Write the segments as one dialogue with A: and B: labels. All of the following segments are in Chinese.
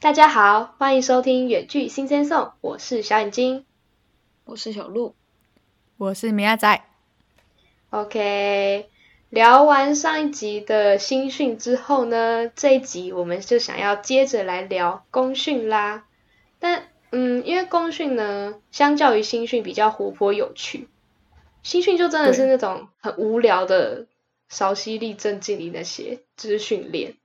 A: 大家好，欢迎收听《远距新鲜送》，我是小眼睛。
B: 我是小鹿，
C: 我是米亚仔，
A: OK，聊完上一集的新训之后呢，这一集我们就想要接着来聊公训啦。但嗯，因为公训呢，相较于新训比较活泼有趣，新训就真的是那种很无聊的稍息力、正经力那些，就是训练，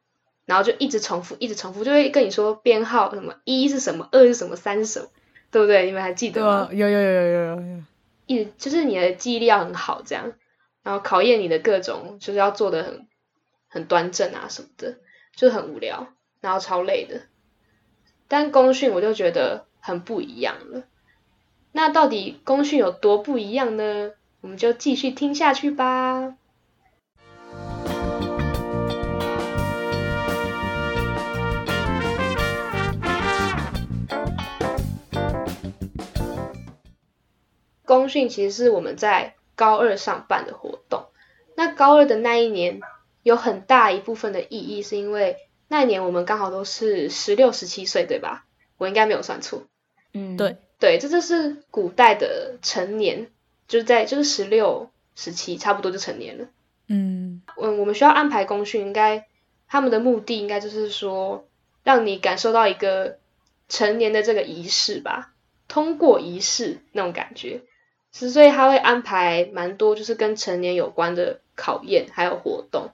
A: 然后就一直重复，一直重复，就会跟你说编号什么一是什么，二是什么，三是什么，对不对？你们还记得
C: 对
A: 吗
C: 啊？有有有有有有，
A: 一直就是你的记忆力要很好，这样，然后考验你的各种就是要做的很很端正啊什么的，就很无聊，然后超累的。但公训我就觉得很不一样了。那到底公训有多不一样呢？我们就继续听下去吧。公训其实是我们在高二上办的活动。那高二的那一年，有很大一部分的意义是因为那一年我们刚好都是十六、十七岁，对吧？我应该没有算错。
B: 嗯，
C: 对，
A: 对，这就是古代的成年，就是在就是十六、十七，差不多就成年了。
C: 嗯，
A: 嗯，我们学校安排公训，应该他们的目的应该就是说，让你感受到一个成年的这个仪式吧，通过仪式那种感觉。是所以他会安排蛮多，就是跟成年有关的考验还有活动，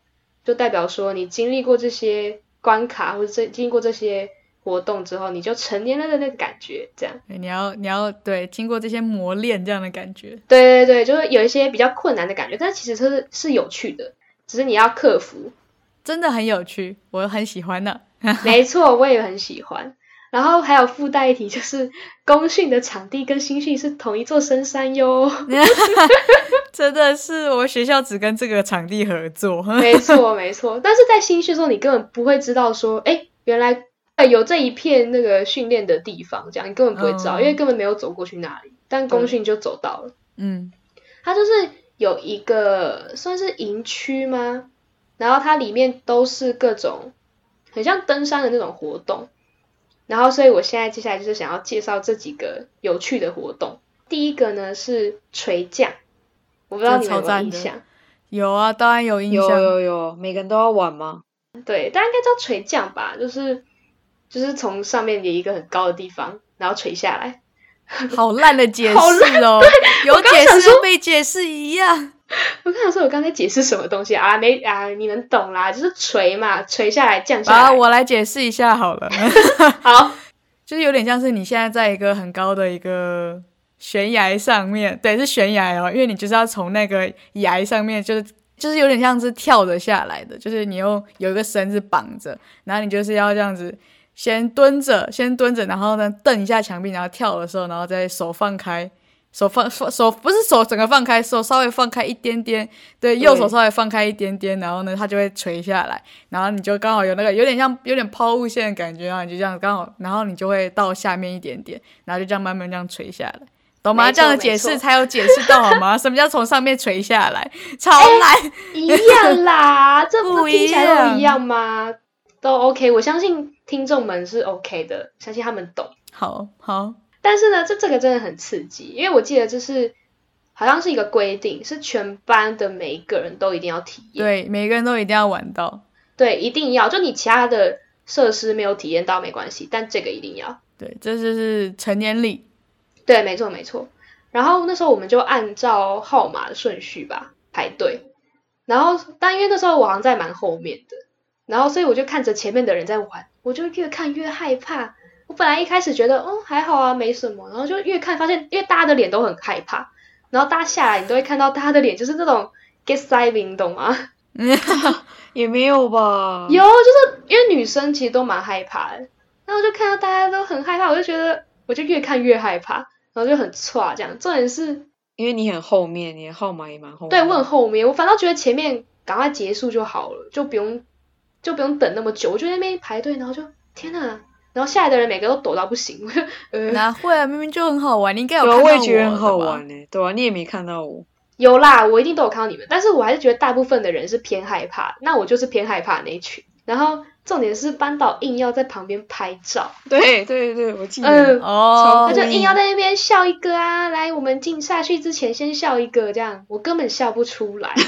A: 就代表说你经历过这些关卡或者这经过这些活动之后，你就成年了的那个感觉，这样。
C: 哎对你要你要对经过这些磨练这样的感觉，
A: 对对对，就是有一些比较困难的感觉，但其实它是是有趣的，只是你要克服。
C: 真的很有趣，我很喜欢啊 呢。
A: 没错，我也很喜欢。然后还有附带一题， 就是公训的场地跟新训是同一座深山哟。
C: 真的是我学校只跟这个场地合作，
A: 没错没错，但是在新训的时候，你根本不会知道说，哎，原来呃有这一片那个训练的地方，这样你根本不会知道，
C: 嗯
A: 因为根本没有走过去那里。但公训就走到了。
C: 嗯，
A: 它就是有一个算是营区吗？然后它里面都是各种很像登山的那种活动。然后，所以我现在接下来就是想要介绍这几个有趣的活动。第一个呢是垂降，我不知道你们有没
C: 这超
A: 有
C: 赞
A: 印
C: 的
A: 象？
C: 有啊，当然有印
B: 有
C: 象，
B: 有有，每个人都要玩吗？
A: 对，大家应该知道垂降吧？就是就是从上面的一个很高的地方，然后垂下来。
C: 好烂的解
A: 好
C: 释哦，有
A: 我刚
C: 解
A: 想
C: 释
A: 说
C: 又被解释一样，
A: 我刚想说，我刚才解释什么东西啊？没啊，你们懂啦，就是垂嘛，垂下来降下来。
C: 啊，我来解释一下好了。
A: 好，
C: 就是有点像是你现在在一个很高的一个悬崖上面，对，是悬崖哦，因为你就是要从那个崖上面，就是就是有点像是跳着下来的，就是你用有一个绳子绑着，然后你就是要这样子。先蹲着，先蹲着，然后呢，蹬一下墙壁，然后跳的时候，然后再手放开，手放放手不是手整个放开，手稍微放开一点点，对，右手稍微放开一点点，然后呢，它就会垂下来，然后你就刚好有那个有点像有点抛物线的感觉，然后你就这样刚好，然后你就会到下面一点点，然后就这样慢慢这样垂下来，懂吗？
A: 没错
C: 这样的解释才有解释到好 吗？什么叫从上面垂下来？超
B: 哎
C: 懒，
A: 一样 啦，这不
C: 不一
A: 听起来都
C: 样
A: 一样吗？都 OK，我相信听众们是 OK 的，相信他们懂。
C: 好好，
A: 但是呢，这这个真的很刺激，因为我记得这是好像是一个规定，是全班的每一个人都一定要体验，
C: 对，每个人都一定要玩到，
A: 对，一定要。就你其他的设施没有体验到没关系，但这个一定要。
C: 对，这就是成年礼，
A: 对，没错没错。然后那时候我们就按照号码的顺序吧排队，然后但因为那时候我好像在蛮后面的，然后所以我就看着前面的人在玩，我就越看越害怕。我本来一开始觉得哦还好啊没什么，然后就越看发现，因为大家的脸都很害怕，然后大家下来你都会看到大家的脸就是那种 get saving，懂吗？
B: 也没有吧？
A: 有，就是因为女生其实都蛮害怕的，然后就看到大家都很害怕，我就觉得我就越看越害怕，然后就很歘这样。重点是
B: 因为你很后面，你的啊号码也蛮后面。
A: 对，我很后面，我反倒觉得前面赶快结束就好了，就不用就不用等那么久。我就在那边排队，然后就天呐，然后下来的人每个都躲到不行， 我就呃
C: 哪会啊？明明就很好玩，你应该有
B: 对
C: 看
B: 啊，
C: 到
B: 我也觉得
C: 我
B: 很
C: 的
B: 好
C: 吧
B: 玩呢、对啊，你也没看到我，
A: 有啦，我一定都有看到你们，但是我还是觉得大部分的人是偏害怕，那我就是偏害怕的那一群。然后重点是班导硬要在旁边拍照，
B: 对对对，我记得。
A: 嗯，
C: 哦
A: 他，就
B: 对
A: 硬要在那边笑一个啊，来，我们进下去之前先笑一个，这样我根本笑不出来。
C: 哎、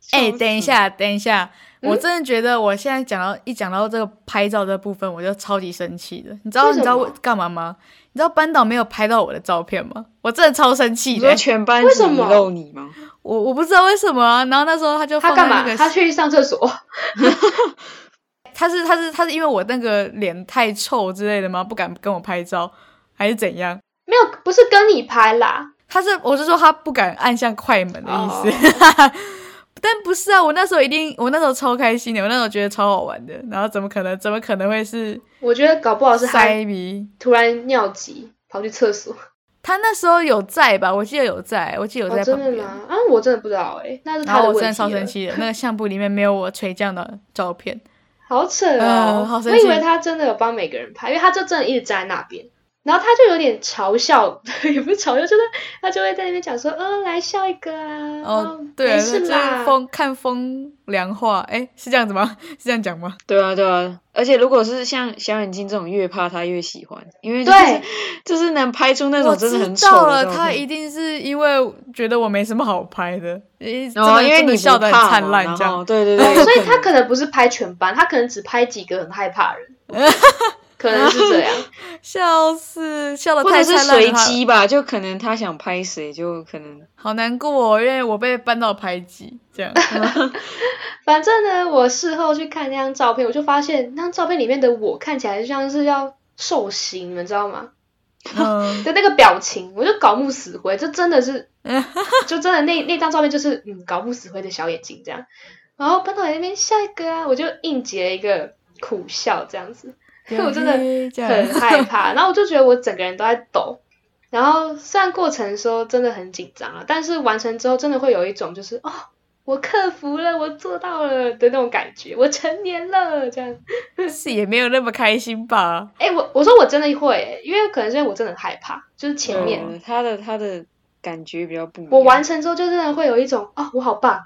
B: 笑死
C: 等一，下，等一下，
A: 嗯
C: 我真的觉得我现在讲到一讲到这个拍照这部分，我就超级生气的。你知道
A: 为
C: 你
A: 什么
C: 知道我干嘛吗？你知道班导没有拍到我的照片吗？我真的超生气
B: 你
C: 的
B: 说，全班
A: 为
B: 遗
A: 什么
B: 漏你吗？
C: 我我不知道为什么啊。然后那时候他就
A: 他
C: 放在
A: 干
C: 那
A: 嘛？
C: 个，
A: 他去上厕所。
C: 他是他是他是因为我那个脸太臭之类的吗？不敢跟我拍照，还是怎样？
A: 没有，不是跟你拍啦。
C: 他是我是说他不敢按下快门的意思。
A: 哦
C: 但不是啊，我那时候一定，我那时候超开心的，我那时候觉得超好玩的。然后怎么可能，怎么可能会是
A: 我觉得搞不好哦是他
C: 塞鼻？
A: 突然尿急跑去厕 所。
C: 他那时候有在吧？我记得有在，我记得有
A: 哦，
C: 在
A: 真
C: 旁
A: 的
C: 边。
A: 吗？啊，我真的不知道哎、那是
C: 然
A: 他的
C: 后我
A: 问题
C: 真
A: 了。
C: 的超生气的，那个相簿里面没有我垂降的照片。
A: 好扯哦！
C: 嗯好生
A: 我以
C: 气
A: 为他真的有帮每个人拍，因为他就真的一直站在那边，然后他就有点嘲笑， 也不是嘲笑，就是他就会在那边讲说，嗯、来笑一个啊，
C: 哦，对，
A: 没
C: 那就
A: 事啦
C: 是，风看风凉话，哎，是这样子吗？ 是这样讲吗？
B: 对啊，对啊，而且如果是像小眼睛这种，越怕他越喜欢，因为就是
A: 对，
B: 就是能拍出那
C: 我
B: 种真的
C: 知
B: 很丑
C: 道了，
B: 的照
C: 他一
B: 片。
C: 定是因为觉得我没什么好拍的，诶真
B: 哦，
C: 的
B: 因为
C: 真的
B: 你
C: 笑
B: 的
C: 得很灿烂，这样。
B: 对对对，有
A: 所以
B: 可能
A: 他可能不是拍全班，他可能只拍几个很害怕 的人，可能是这样。
C: 笑死，笑得
B: 或
C: 太
B: 者是
C: 灿烂
B: 随
C: 了，他
B: 机吧，就可能他想拍谁，就可能
C: 好难过哦，因为我被搬到排挤，这样。
A: 反正呢，我事后去看那张照片，我就发现那张照片里面的我看起来就像是要受刑，你们知道吗？
C: 嗯，
A: 的那个表情，我就搞木死灰，这真的是，就真的那那张照片就是嗯搞木死灰的小眼睛这样。然后班导在那边下一个啊，我就应结了一个苦笑这样子，因为我真的
C: 这样
A: 很害怕，然后我就觉得我整个人都在抖。然后虽然过程说真的很紧张啊，但是完成之后真的会有一种就是哦，我克服了，我做到了的那种感觉，我成年了这样。
C: 是也没有那么开 心吧？
A: 哎，我我说我真的会、因为可能是因为我真的很害怕，就是前面
B: 呃他的他的感觉比较不一样。
A: 啊我完成之后，就真的会有一种啊、我好棒，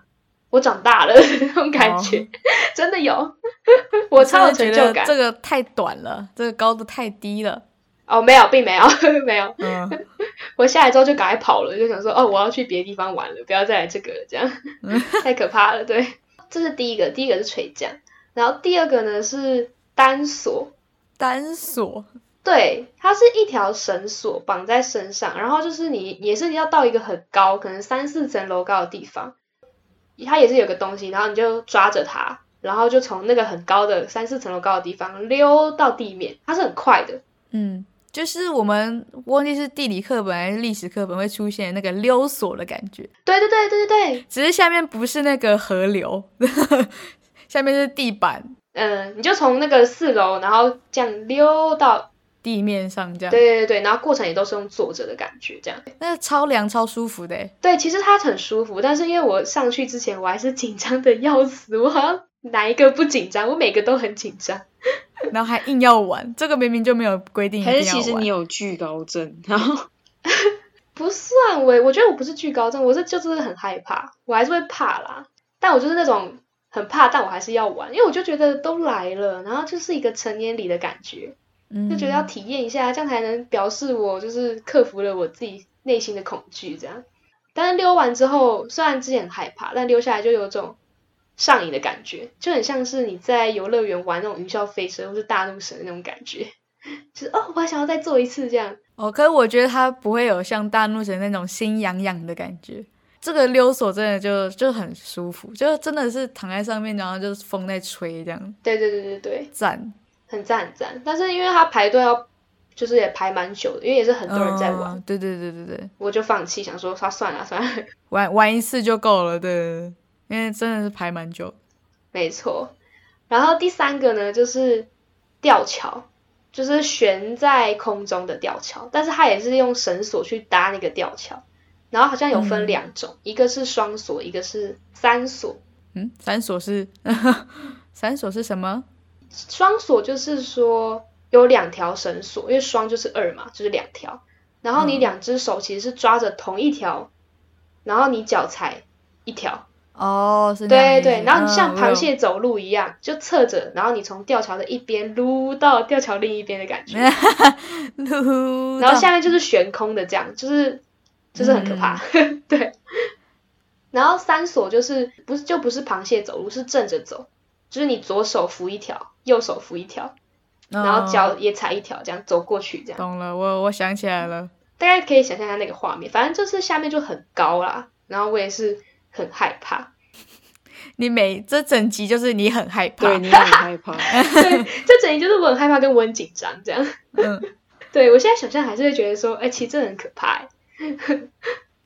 A: 我长大了那种感觉，
C: 哦
A: 真的有，我超有
C: 真
A: 成就
C: 的觉得
A: 感。
C: 这个太短了，这个高度太低了。
A: 哦，没有，并没有， 没有。
C: 嗯，
A: 我下来之后就赶快跑了，就想说哦，我要去别的地方玩了，不要再来这个了， 这样太可怕了。对，这是第一个，第一个是垂降，然后第二个呢是单锁，
C: 单锁
A: 对，它是一条绳索绑在身上，然后就是你也是要到一个很高，可能三四层楼高的地方，它也是有个东西，然后你就抓着它，然后就从那个很高的三四层楼高的地方溜到地面，它是很快的。
C: 嗯，就是我们忘记是地理课本还是历史课本会出现那个溜索的感觉，
A: 对对对对对对，
C: 只是下面不是那个河流， 下面是地板
A: 嗯、你就从那个四楼，然后这样溜到，
C: 地面上这样
A: 对，对对对，然后过程也都是用坐着的感觉这样。
C: 那超凉超舒服的欸。
A: 对，其实它很舒服，但是因为我上去之前我还是紧张的要死，我好像哪一个不紧张，我每个都很紧张。
C: 然后还硬要玩，这个明明就没有规定一定
B: 还
C: 要
B: 是
C: 玩。
B: 其实你有惧高症，然后
A: 不算我，我觉得我不是惧高症，我是就真的很害怕，我还是会怕啦。但我就是那种很怕，但我还是要玩，因为我就觉得都来了，然后就是一个成年礼的感觉，
C: 嗯
A: 就觉得要体验一下，这样才能表示我就是克服了我自己内心的恐惧这样。但是溜完之后，虽然之前很害怕，但溜下来就有种上瘾的感觉，就很像是你在游乐园玩那种云霄飞车或是大怒神的那种感觉， 就是哦，我还想要再做一次这样。
C: 哦，可是我觉得它不会有像大怒神那种心痒痒的感觉。这个溜索真的就就很舒服，就真的是躺在上面，然后就是风在吹，这样
A: 对对对对对。
C: 赞。
A: 很赞很赞，但是因为他排队要，就是也排蛮久的，因为也是很多人在玩，
C: 嗯对对对对对，
A: 我就放弃，想说他算了算了，
C: 玩玩一次就够了，对对对，因为真的是排蛮久。
A: 没错。然后第三个呢，就是吊桥，就是悬在空中的吊桥，但是它也是用绳索去搭那个吊桥，然后好像有分
C: 嗯
A: 两种，一个是双索，一个是三索。
C: 嗯，闪锁是 闪锁是什么？
A: 双锁就是说有两条绳索，因为双就是二嘛，就是两条。然后你
C: 嗯
A: 两只手其实是抓着同一条，然后你脚踩一条，
C: 哦，是那样
A: 对
C: 的意
A: 对，
C: 思
A: 然后你像
C: 嗯我有
A: 螃蟹走路一样，就侧着，然后你从吊桥的一边撸到吊桥另一边的感觉，
C: 撸
A: 然后
C: 到
A: 下面就是悬空的，这样就是就是很可怕， 对。然后三索就是不是就不是螃蟹走路，是正着走，就是你左手扶一条，右手扶一条， 然后
C: 哦
A: 脚也踩一条，这样走过去，这样
C: 懂了，我我想起来了，
A: 大概可以想象一下那个画面，反正就是下面就很高啦，然后我也是很害怕，
C: 你每这整集就是你很害怕哎
B: 对，你很害 怕，
A: 这整一就是我很害怕跟我很紧张这样。
C: 嗯，
A: 对我现在想象还是会觉得说，哎、其实真的很可怕、欸。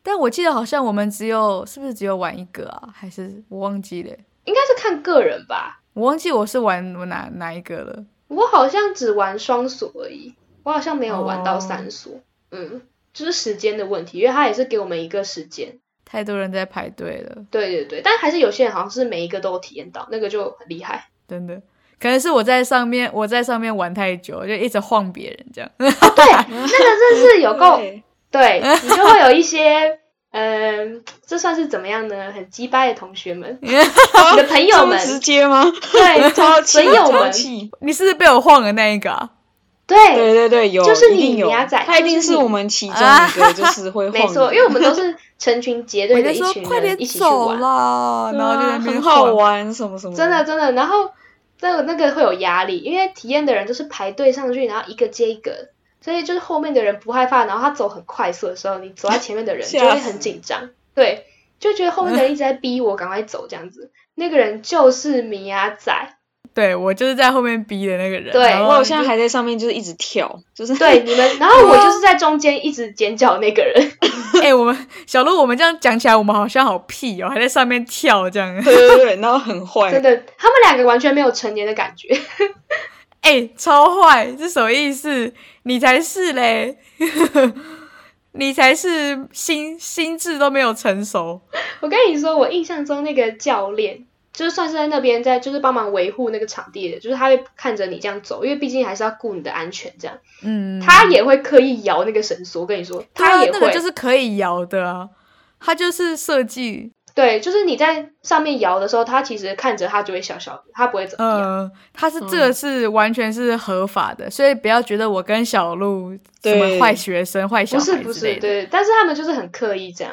C: 但我记得好像我们只有是不是只有玩一个啊？还是我忘记了欸，
A: 应该是看个人吧，
C: 我忘记我是玩我哪哪一个了。
A: 我好像只玩双锁而已，我好像没有玩到
C: 哦
A: 三锁。嗯，就是时间的问题，因为它也是给我们一个时间。
C: 太多人在排队了，
A: 对对对，但还是有些人好像是每一个都有体验到，那个就很厉害。
C: 真的。可能是我在上面，我在上面玩太久，就一直晃别人这样。
A: 对， 那个真是有够，
B: 对
A: 对你就会有一些。嗯，这算是怎么样呢？很鸡掰的同学们，你哎的朋
B: 这
A: 友
B: 么
A: 们，
B: 直接吗？
A: 对，
B: 超气，
A: 朋友
B: 超
A: 们，
B: 气！
C: 你是不是被我晃的那一个啊？
A: 对
B: 对对对，有，
A: 哎就是
B: 一
A: 你
B: 定有，
A: 米亚仔
B: 他一定
A: 就是
B: 是
A: 你
B: 我们其中一 个，就是会晃
A: 没
B: 的。
A: 错，因为我们都是成群结
C: 我
A: 队的
C: 就
A: 一
C: 说
A: 群
C: 快点
A: 人一起去
C: 走
A: 玩，
C: 啦，然后就
B: 对
C: 在
B: 啊
C: 那
B: 很
C: 边
B: 好
C: 晃。
B: 玩，什么什么，
A: 真的真的。然后那个那个会有压力，因为体验的人就是排队上去，然后一个接一个，所以就是后面的人不害怕，然后他走很快速的时候，你走在前面的人就
B: 吓
A: 会
B: 死
A: 很紧张，对，就觉得后面的人一直在逼我赶快走这样子。那个人就是米亚仔，
C: 对我就是在后面逼的那个人。
A: 对
C: 然后
B: 我好像还在上面，就是一直跳，就是
A: 对你们，然后我就是在中间一直尖叫那个人，
C: 哎、我们小鹿，我们这样讲起来，我们好像好屁哦，还在上面跳这样。
B: 对对对，然后很坏，
A: 真的，他们两个完全没有成年的感觉。
C: 哎、超坏，这什么意思？你才是嘞， 你才是心心智都没有成熟。
A: 我跟你说，我印象中那个教练，就是算是在那边在就是帮忙维护那个场地的，就是他会看着你这样走，因为毕竟还是要顾你的安全这样。
C: 嗯，
A: 他也会刻意摇那个绳索，我跟你说，
C: 对啊
A: 他也
C: 那
A: 会，
C: 个就是可以摇的啊，他就是设计，
A: 对，就是你在上面摇的时候，他其实看着他就会笑笑的，他不会怎么样。
C: 呃，他
A: 嗯
C: 是这个是完全是合法的，所以不要觉得我跟小鹿什么
B: 对
C: 坏学生、坏小
A: 不是
C: 孩
A: 不
C: 之
A: 是，
C: 类的，
A: 对，但是他们就是很刻意这样，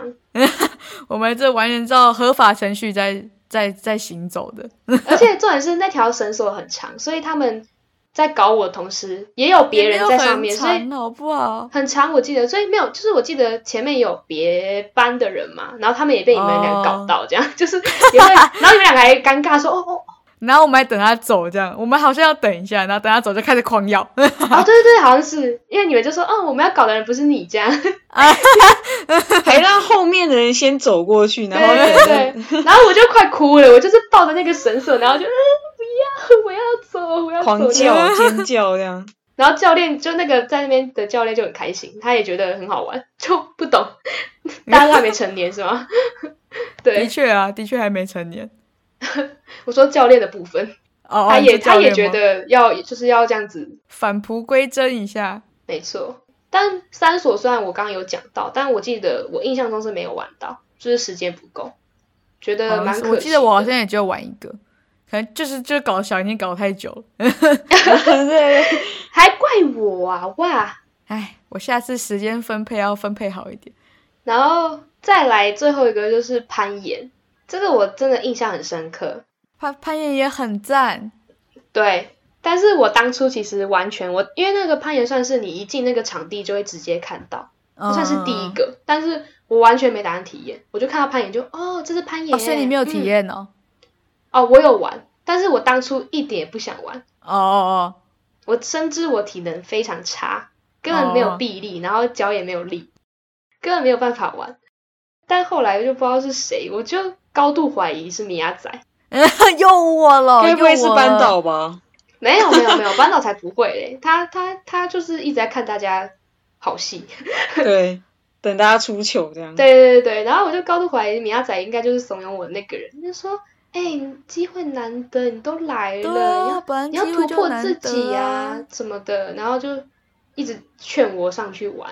C: 我们这完全照合法程序在在在行走的。
A: 而且重点是那条绳索很长，所以他们在搞我的同时，也有别人在上面，
C: 也没有
A: 所
C: 很
A: 以
C: 长好不好？
A: 很长，我记得，所以没有，就是我记得前面有别班的人嘛，然后他们也被你们两个搞到，这
C: 哦
A: 样、就是也会，然后你们两个还尴尬说，哦哦
C: 然后我们还等他走，这样，我们好像要等一下，然后等他走就开始狂咬，
A: 哦，对对对，好像是，因为你们就说，哦，我们要搞的人不是你这 样，
B: 还让后面的人先走过去，
A: 对
B: 然后
A: 对
B: 等
A: 对对，然后我就快哭了，我就是抱着那个绳索，然后就，嗯，不要，我要走，我要
B: 着
A: 走，
B: 狂
A: 这样
B: 叫、尖叫这 样。
A: 然后教练就那个在那边的教练就很开心，他也觉得很好玩， 就不懂， 大家都还没成年是吗？
C: 的
A: 对，
C: 确啊，的确还没成年。
A: 我说教练的部分。
C: 哦，
A: 他
C: 哦
A: 也
C: 你是教
A: 他也
C: 练吗
A: 觉得要就是要这样子，
C: 返璞归真一下。
A: 没错。但三所虽然我刚刚有讲到，但我记得我印象中是没有玩到，就是时间不够，觉得
C: 好
A: 呃
C: 像
A: 蛮
C: 是
A: 可惜的。
C: 哦我记得我好像也就玩一个，可能就是就搞小已经搞太久了。
B: 对对对
A: 还怪我啊哇！
C: 哎，我下次时间分配要分配好一点。
A: 然后再来最后一个就是攀岩，这个我真的印象很深刻。
C: 攀攀岩也很赞，
A: 对，但是我当初其实完全我因为那个攀岩算是你一进那个场地就会直接看到，
C: 嗯
A: 算是第一。个，但是我完全没打算体验，我就看到攀岩就哦这是攀岩，
C: 哦，所以你没有体
A: 嗯
C: 验哦。
A: 哦，我有玩，但是我当初一点也不想玩。
C: 哦哦
A: 我深知我体能非常差，根本没有
C: 哦
A: 臂力，然后脚也没有力，根本没有办法玩。但后来就不知道是谁，我就高度怀疑是米亚仔。
C: 哦， 又我了，
B: 该不会是
C: 又我了
B: 班？导吧？
A: 没有没有没有， 班导才不会嘞，他他他就是一直在看大家好戏。
B: 对，等大家出糗这样。
A: 对对对对，然后我就高度怀疑米亚仔应该就是怂恿我那个人，就说：“哎、机会难得，你都来了，
C: 对
A: 要
C: 啊，本来
A: 你要
C: 机
A: 突
C: 会就
A: 破
C: 难
A: 自己
C: 得
A: 呀、
C: 啊。
A: 什么的，然后就一直劝我上去玩，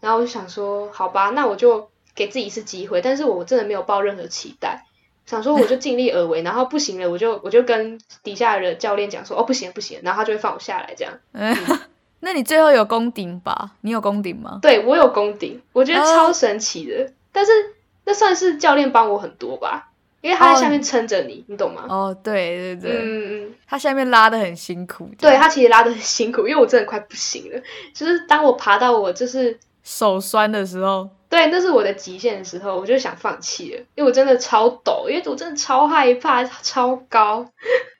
A: 然后我就想说，好吧，那我就给自己一次机会，但是我真的没有抱任何期待，想说我就尽力而为，然后不行了，我就我就跟底下的教练讲说，哦，不行不行，然后他就会放我下来这样。
C: 嗯，那你最后有攻顶吧？你有攻顶吗？
A: 对我有功顶，我觉得
C: 哦
A: 超神奇的。但是那算是教练帮我很多吧，因为他在
C: 哦
A: 下面撑着你，你懂吗？
C: 哦，对对对，
A: 嗯，嗯
C: 他下面拉的很辛苦，
A: 对，他其实拉的很辛苦，因为我真的快不行了。就是当我爬到我就是
C: 手酸的时候，
A: 对，那是我的极限的时候，我就想放弃了，因为我真的超抖，因为我真的超害怕，超高。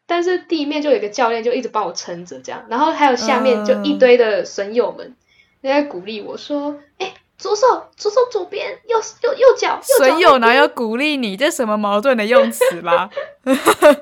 A: 但是地面就有一个教练就一直帮我撑着这样，然后还有下面就一堆的损友们就在鼓励我说：“哎、左手，左手左边，右右右脚，右脚
C: 损友
A: 那边
C: 哪有鼓励你？这什么矛盾的用词 啦？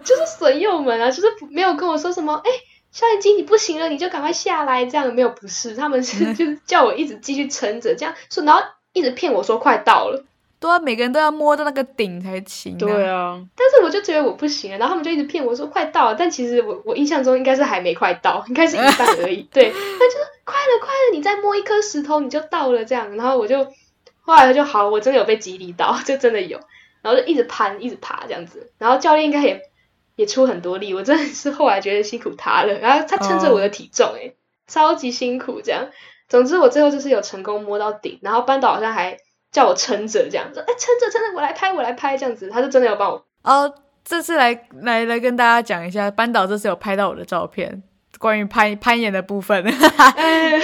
A: 就是损友们啊，就是不没有跟我说什么，哎、小眼睛你不行了，你就赶快下来，这样没有不是，他们是就是叫我一直继续撑着，这样说，然后一直骗我说快到了，
C: 对啊，每个人都要摸到那个顶才行、
B: 对
C: 啊，
B: 啊，
A: 但是我就觉得我不行了，啊然后他们就一直骗我说快到了，啊但其实我我印象中应该是还没快到， 应该是一半而已，对，那就是快了快了，你再摸一颗石头你就到了这样，然后我就后来就好，我真的有被激励到， 就真的有，然后就一直攀一直爬这样子，然后教练应该也也出很多力，我真的是后来觉得辛苦他了，然后他撑着我的体重、欸，超级辛苦这样。总之我最后就是有成功摸到顶，然后班导好像还叫我撑着这样，说哎撑着撑着我来拍我来拍这样子，他就真的有帮我
C: 哦，这次来来来跟大家讲一下，班导这次有拍到我的照片，关于攀攀岩的部分，
A: 哎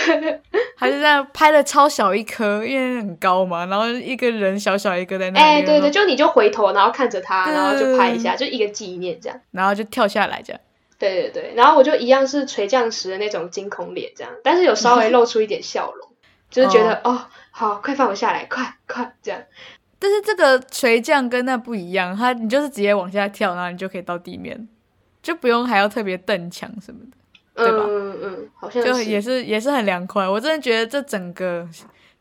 C: 还是这样拍的超小一颗，因为很高嘛，然后一个人小小一个在那里，
A: 哎，对对，就你就回头，然后看着他，
C: 对
A: 然后就拍一下，就一个纪念这样。
C: 然后就跳下来这样。
A: 对对对，然后我就一样是垂降时的那种惊恐脸这样，但是有稍微露出一点笑容， 就是觉得哦好，快放我下来，快快这样。
C: 但是这个垂降跟那不一样，它你就是直接往下跳，然后你就可以到地面，就不用还要特别蹬墙什么的。对吧
A: 嗯嗯，好像
C: 就是也是也是很凉快。我真的觉得这整个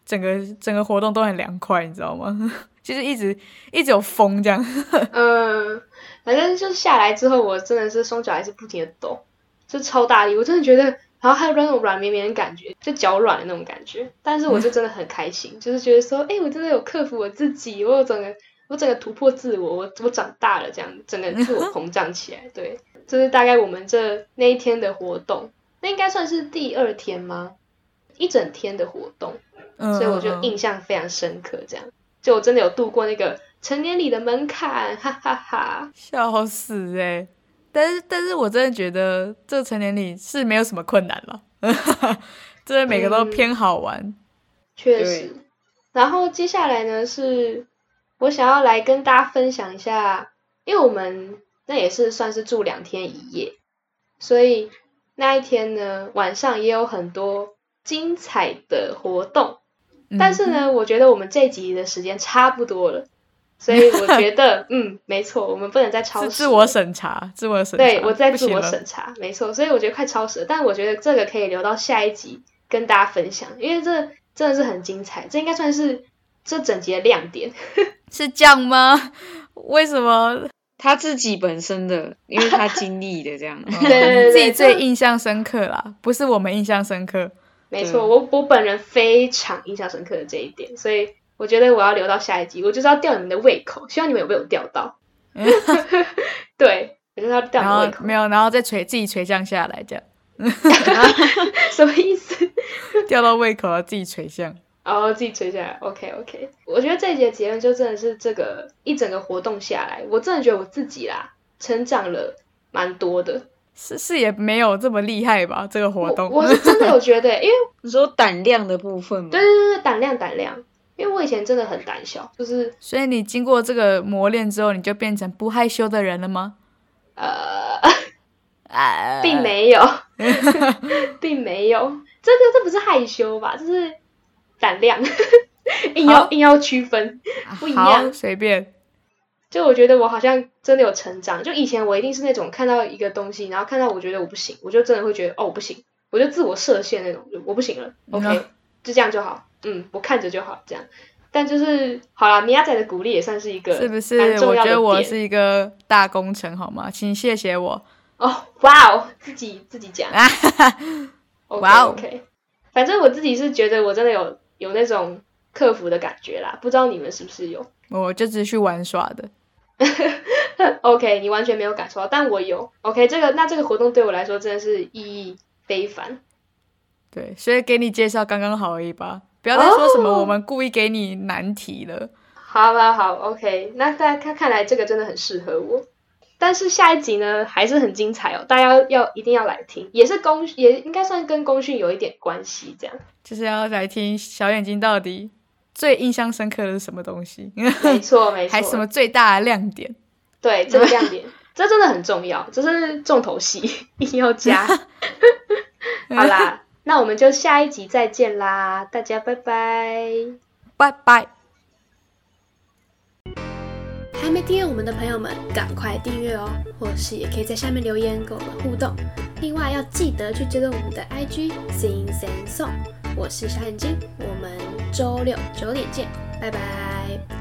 C: 整个整个活动都很凉快，你知道吗？ 就是一直一直有风这样。
A: 嗯，反正就是下来之后，我真的是双脚还是不停的抖，就超大力，我真的觉得，然后还有那种软绵绵的感觉，就脚软的那种感觉。但是我就真的很开心，就是觉得说，哎、我真的有克服我自己，我有整个我整个突破自我，我我长大了，这样整个自我膨胀起来。对，这、是大概我们这那一天的活动，那应该算是第二天吗？一整天的活动。
C: 嗯，
A: 所以我就
C: 嗯嗯
A: 印象非常深刻。这样，就我真的有度过那个成年礼的门槛，哈哈哈。
C: 笑死哎、但是但是我真的觉得这成年礼是没有什么困难了， 真的每个都
A: 嗯
C: 偏好玩。
A: 确实。然后接下来呢，是我想要来跟大家分享一下，因为我们那也是算是住两天一夜，所以那一天呢晚上也有很多精彩的活动。
C: 嗯
A: 但是呢，我觉得我们这集的时间差不多了，所以我觉得， 嗯，没错，我们不能再超时
C: 是
A: 了。
C: 自我审查，自我审查，
A: 对，我在
C: 不
A: 自
C: 行
A: 我
C: 了
A: 审查，没错，所以我觉得快超时了，但我觉得这个可以留到下一集跟大家分享，因为这真的是很精彩，这应该算是这整集的亮点。
C: 是这样吗？ 为什么？
B: 他自己本身的，因为他经历的这样。
A: 对对
C: 嗯你自己
A: 对
C: 最
A: 这
C: 印象深刻啦，不是我们印象深刻。
A: 没错，我我本人非常印象深刻的这一点，所以我觉得我要留到下一集，我就是要吊你们的胃口，希望你们有没有吊到？ 对，我就是要吊你
C: 嗯然
A: 们胃
C: 后
A: 口
C: 没，有，然后再垂自己垂降下来，这样
A: 什么意思？
C: 掉到胃口，然后自己垂降。
A: 然后哦自己垂下来。OK OK，我觉得这一节结论就真的是这个一整个活动下来，我真的觉得我自己啦成长了蛮多的。
C: 是是也没有这么厉害吧？这个活动，
A: 我我是真的有觉得，因为
B: 你说胆量的部分吗？
A: 对对对对胆量胆量，因为我以前真的很胆小，就是
C: 所以你经过这个磨练之后，你就变成不害羞的人了吗？
A: 呃，
C: 啊，
A: 并。没 有，并没有，这个这不是害羞吧？这是胆量， 硬要
C: 好
A: 硬要区分。不一
C: 好，
A: 样
C: 随便。
A: 就我觉得我好像真的有成长。就以前我一定是那种看到一个东西，然后看到我觉得我不行，我就真的会觉得哦我不行，我就自我设限那种，就我不行了，OK，、
C: 嗯
A: 就这样就好，嗯，我看着就好，这样。但就是好啦，米亚仔的鼓励也算是一个
C: 是不是
A: 蛮？重
C: 我
A: 要
C: 觉
A: 的
C: 得我
A: 点
C: 是一个大工程，好吗？请谢谢我。
A: 哦，哇哦，自己自己讲。
C: 啊哈哈
A: OK
C: 哇哦
A: OK，反正我自己是觉得我真的有有那种克服的感觉啦，不知道你们是不是有？
C: 我就只是去玩耍的。
A: OK，你完全没有感受到，但我有。OK，这个那这个活动对我来说真的是意义非凡。
C: 对，所以给你介绍刚刚好而已吧，不要再说什么
A: 哦
C: 我们故意给你难题了。
A: 好好好，OK，那大家看看来这个真的很适合我。但是下一集呢还是很精彩哦，大家要一定要来听，也是公也应该算跟公讯有一点关系 这样。
C: 就是要来听小眼睛到底最印象深刻的是什么东西，
A: 没错没错，
C: 还什么最大的亮点。
A: 对，这个亮点， 这真的很重要，这是重头戏， 一定要加。 好啦，那我们就下一集再见啦，大家拜拜。
C: 拜拜。
D: 还没订阅我们的朋友们，赶快订阅哦！或是也可以在下面留言跟我们互动。另外要记得去追踪我们的 IG Sing Sing Song，我是小眼睛，我们周六九点见，拜拜。